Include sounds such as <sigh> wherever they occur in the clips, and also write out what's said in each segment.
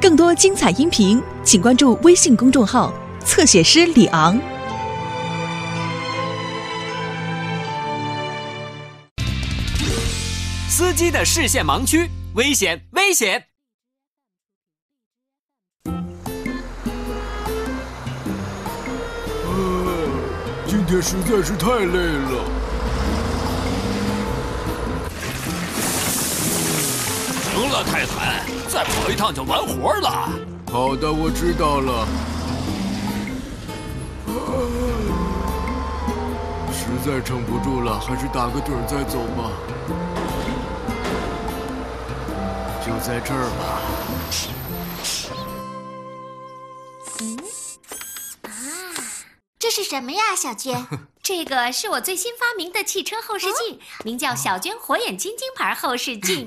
更多精彩音频，请关注微信公众号“侧写师李昂”。司机的视线盲区，危险，危险！今天实在是太累了。行了，泰坦，再跑一趟就完活了。好的，我知道了。实在撑不住了，还是打个盹儿再走吧。就在这儿吧。这是什么呀，小 <laughs> 娟？这个是我最新发明的汽车后视镜，名叫小娟火眼金睛牌后视 <laughs> 镜。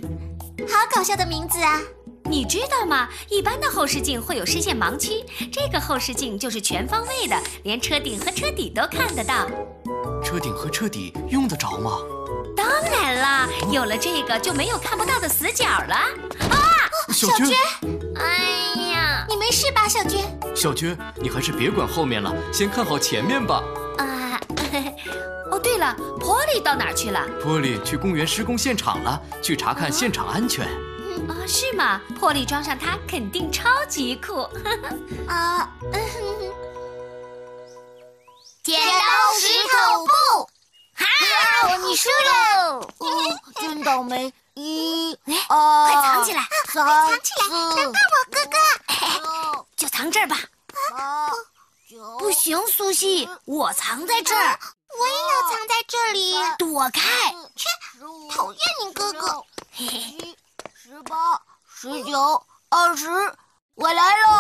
好搞笑的名字啊！你知道吗？一般的后视镜会有视线盲区，这个后视镜就是全方位的，连车顶和车底都看得到。车顶和车底用得着吗？当然啦，有了这个就没有看不到的死角了。小小娟，哎呀，你没事吧，小娟？小娟，你还是别管后面了，先看好前面吧。啊，哦对了，波利到哪儿去了？啊波利去公园施工现场了，去查看现场安全。啊、是吗？波利装上它肯定超级酷。啊，嗯哼剪刀石头布， <laughs> 哈！你输 <laughs> 了。嗯，真倒霉。一，哎快快藏起来，三，藏起来，等到我哥哥。就藏这儿吧。八九，不行，苏西，嗯我藏在这儿，我也要藏在这里。躲开。哦嗯切，讨厌你哥哥。十八、十九、二十，我来了！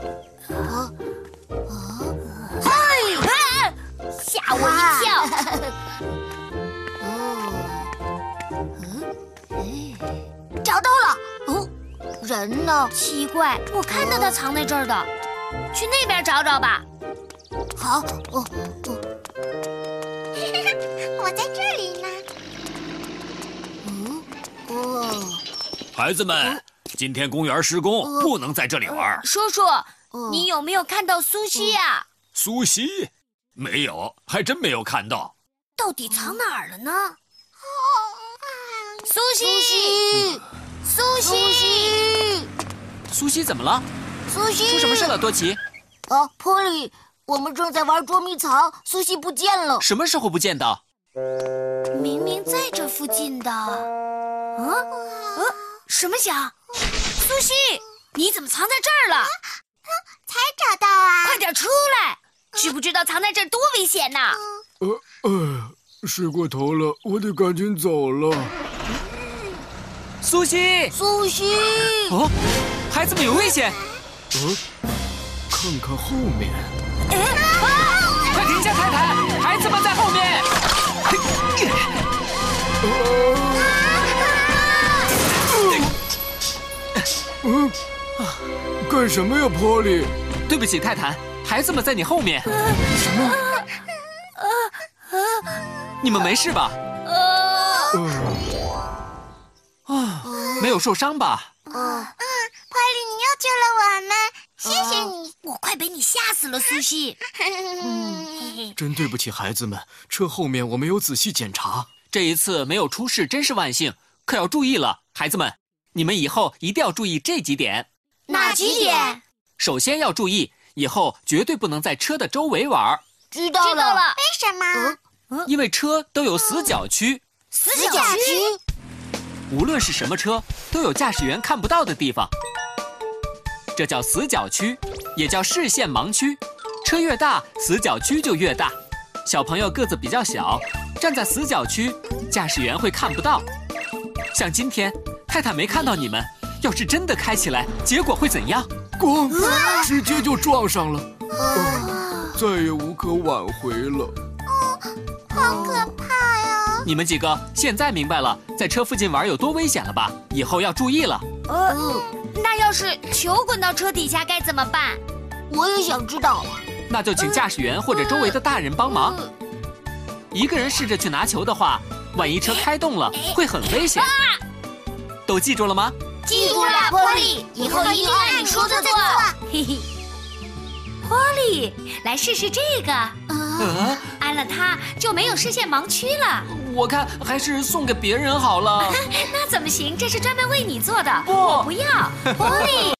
啊呃哎啊！吓我 <laughs> 一跳！嘿，找到了！哦，人呢？奇怪，我看到他藏在这儿的，去那边找找吧。好，哦我我 <laughs> 我在这里呢。嗯，哦，孩子们，今天公园施工，不能在这里玩。叔叔，嗯你有没有看到苏西啊呀、苏西，没有，还真没有看到。到底藏哪儿了呢？哦苏西，啊西，苏西，苏西怎么了？苏西，出什么事了？多奇，哦啊，波利，我们正在玩捉迷藏，苏西不见了。什么时候不见的？明明在这附近的。啊？呃，什么响？苏西，你怎么藏在这儿了？嗯才找到啊！快点出来！知不知道藏在这儿多危险呐？呃，睡过头了，我得赶紧走了。苏西，苏西，哦，孩子们有危险，嗯看看后面，快停下，泰坦，孩子们在后面。嗯啊干什么呀，波利？对不起，泰坦，孩子们在你后面。什么？你们没事吧？啊没有受伤吧？哦啊波利，嗯你又救了我们，谢谢你。嗯我快被你吓死了，苏西。真对不起，孩子们，车后面我没有仔细检查。这一次没有出事，真是万幸。可要注意了，孩子们，你们以后一定要注意这几点。哪几点？首先要注意，以后绝对不能在车的周围玩儿，知道知道了。呃为什么？因为车都有死角区，死死角区。无论是什么车，都有驾驶员看不到的地方，这叫死角区，也叫视线盲区。车越大，死角区就越大。小朋友个子比较小，站在死角区，驾驶员会看不到。像今天，泰坦没看到你们，要是真的开起来，结果会怎样？咣，直接就撞上了，哎再也无可挽回了。好可怕呀！你们几个现在明白了，在车附近玩有多危险了吧？以后要注意了。嗯呃那要是球滚到车底下该怎么办？我也想知道。那就请驾驶员或者周围的大人帮忙。一个人试着去拿球的话，万一车开动了，会很危险。都记住了吗？记住啦，波利，以后一定按你说的做。嘿嘿，波利，来试试这个，啊，安了它就没有视线盲区了。我看还是送给别人好了。那怎么行？这是专门为你做的，不我不要，波利。